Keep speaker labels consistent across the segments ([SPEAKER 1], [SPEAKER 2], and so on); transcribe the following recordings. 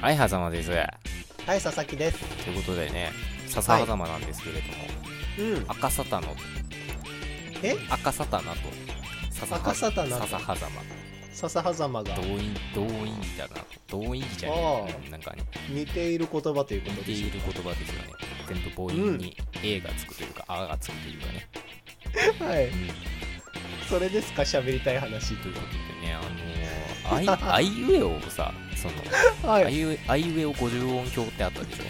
[SPEAKER 1] はい、狭間です。
[SPEAKER 2] はい、佐々木です。
[SPEAKER 1] ということでね、笹狭間なんですけれども、
[SPEAKER 2] うん。
[SPEAKER 1] 赤サタの、
[SPEAKER 2] え
[SPEAKER 1] 赤サタナと、笹
[SPEAKER 2] 赤サタナ
[SPEAKER 1] 笹狭間。
[SPEAKER 2] 笹狭間が
[SPEAKER 1] 動員、動員だな。動員じゃねえ。なんかね、
[SPEAKER 2] 似ている言葉というこ
[SPEAKER 1] 似
[SPEAKER 2] と
[SPEAKER 1] て
[SPEAKER 2] で
[SPEAKER 1] い
[SPEAKER 2] し
[SPEAKER 1] る言葉ですよね。全部母音に A がつくというか、あがつくというかね。
[SPEAKER 2] ょ。は
[SPEAKER 1] う
[SPEAKER 2] い。
[SPEAKER 1] ん。
[SPEAKER 2] それですか、喋りたい話。
[SPEAKER 1] ということでね、あのー、 あい、あいうえおをさ、その、
[SPEAKER 2] は
[SPEAKER 1] あ
[SPEAKER 2] い。
[SPEAKER 1] いうえあいうえお50音表ってあったでしょ。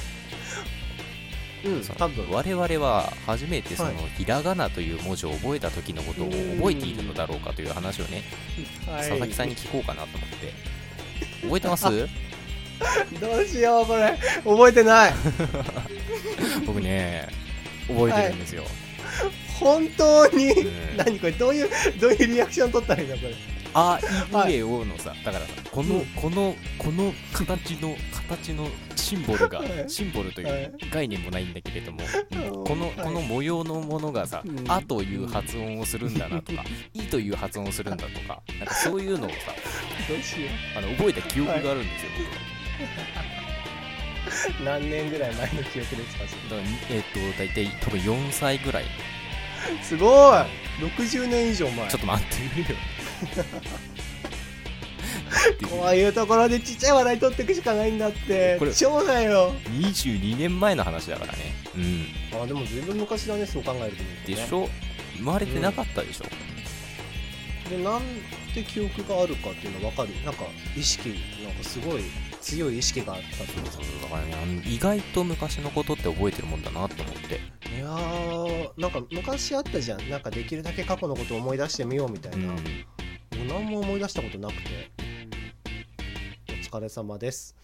[SPEAKER 2] うん、
[SPEAKER 1] その
[SPEAKER 2] 多分。
[SPEAKER 1] 我々は初めてその
[SPEAKER 2] はい
[SPEAKER 1] ひらがなという文字を覚えた時のことを覚えているのだろうかという話をね佐々木さんに聞こうかなと思って覚えてます
[SPEAKER 2] どうしよう、これ。覚え てない。
[SPEAKER 1] 僕ね覚えてるんですよ、
[SPEAKER 2] 本当に
[SPEAKER 1] うん。
[SPEAKER 2] 何これ、どういう、どういうリアクション取ったらいいのこれ。
[SPEAKER 1] あいうえおのさだからさこの、
[SPEAKER 2] うん
[SPEAKER 1] このこの形の形のシンボルが
[SPEAKER 2] はい
[SPEAKER 1] シンボルとい
[SPEAKER 2] はいう
[SPEAKER 1] 概念もないんだけれど も、
[SPEAKER 2] うん
[SPEAKER 1] この
[SPEAKER 2] はい
[SPEAKER 1] この模様のものがさ「
[SPEAKER 2] うん
[SPEAKER 1] あ」という発音をするんだなと か「い」という発音をするんだとかなんかそういうのをさ
[SPEAKER 2] どうしよ
[SPEAKER 1] あの覚えた記憶があるんですよ、僕
[SPEAKER 2] う。何年ぐらい前の記憶ですかそれ
[SPEAKER 1] だからえっ、と大体多分4歳ぐらい
[SPEAKER 2] すごい !60 年以上前
[SPEAKER 1] ちょ。っと待ってみるよで
[SPEAKER 2] こういうところでちっちゃい話題取っていくしかないんだって
[SPEAKER 1] これ。
[SPEAKER 2] しょうがないよ。
[SPEAKER 1] 22年前の話だからねうん
[SPEAKER 2] あ、でもずいぶん昔だね、そう考えると、
[SPEAKER 1] でしょ生まれてなかったでしょ、
[SPEAKER 2] でなんて記憶があるかっていうの分かるなんか意識なんかすごい強い意識があったってことです
[SPEAKER 1] そうそうだからねあの意外と昔のことって覚えてるもんだなと思って
[SPEAKER 2] いやーなんか昔あったじゃんなんかできるだけ過去のことを思い出してみようみたいな、もう何も思い出したことなくてお疲れ様です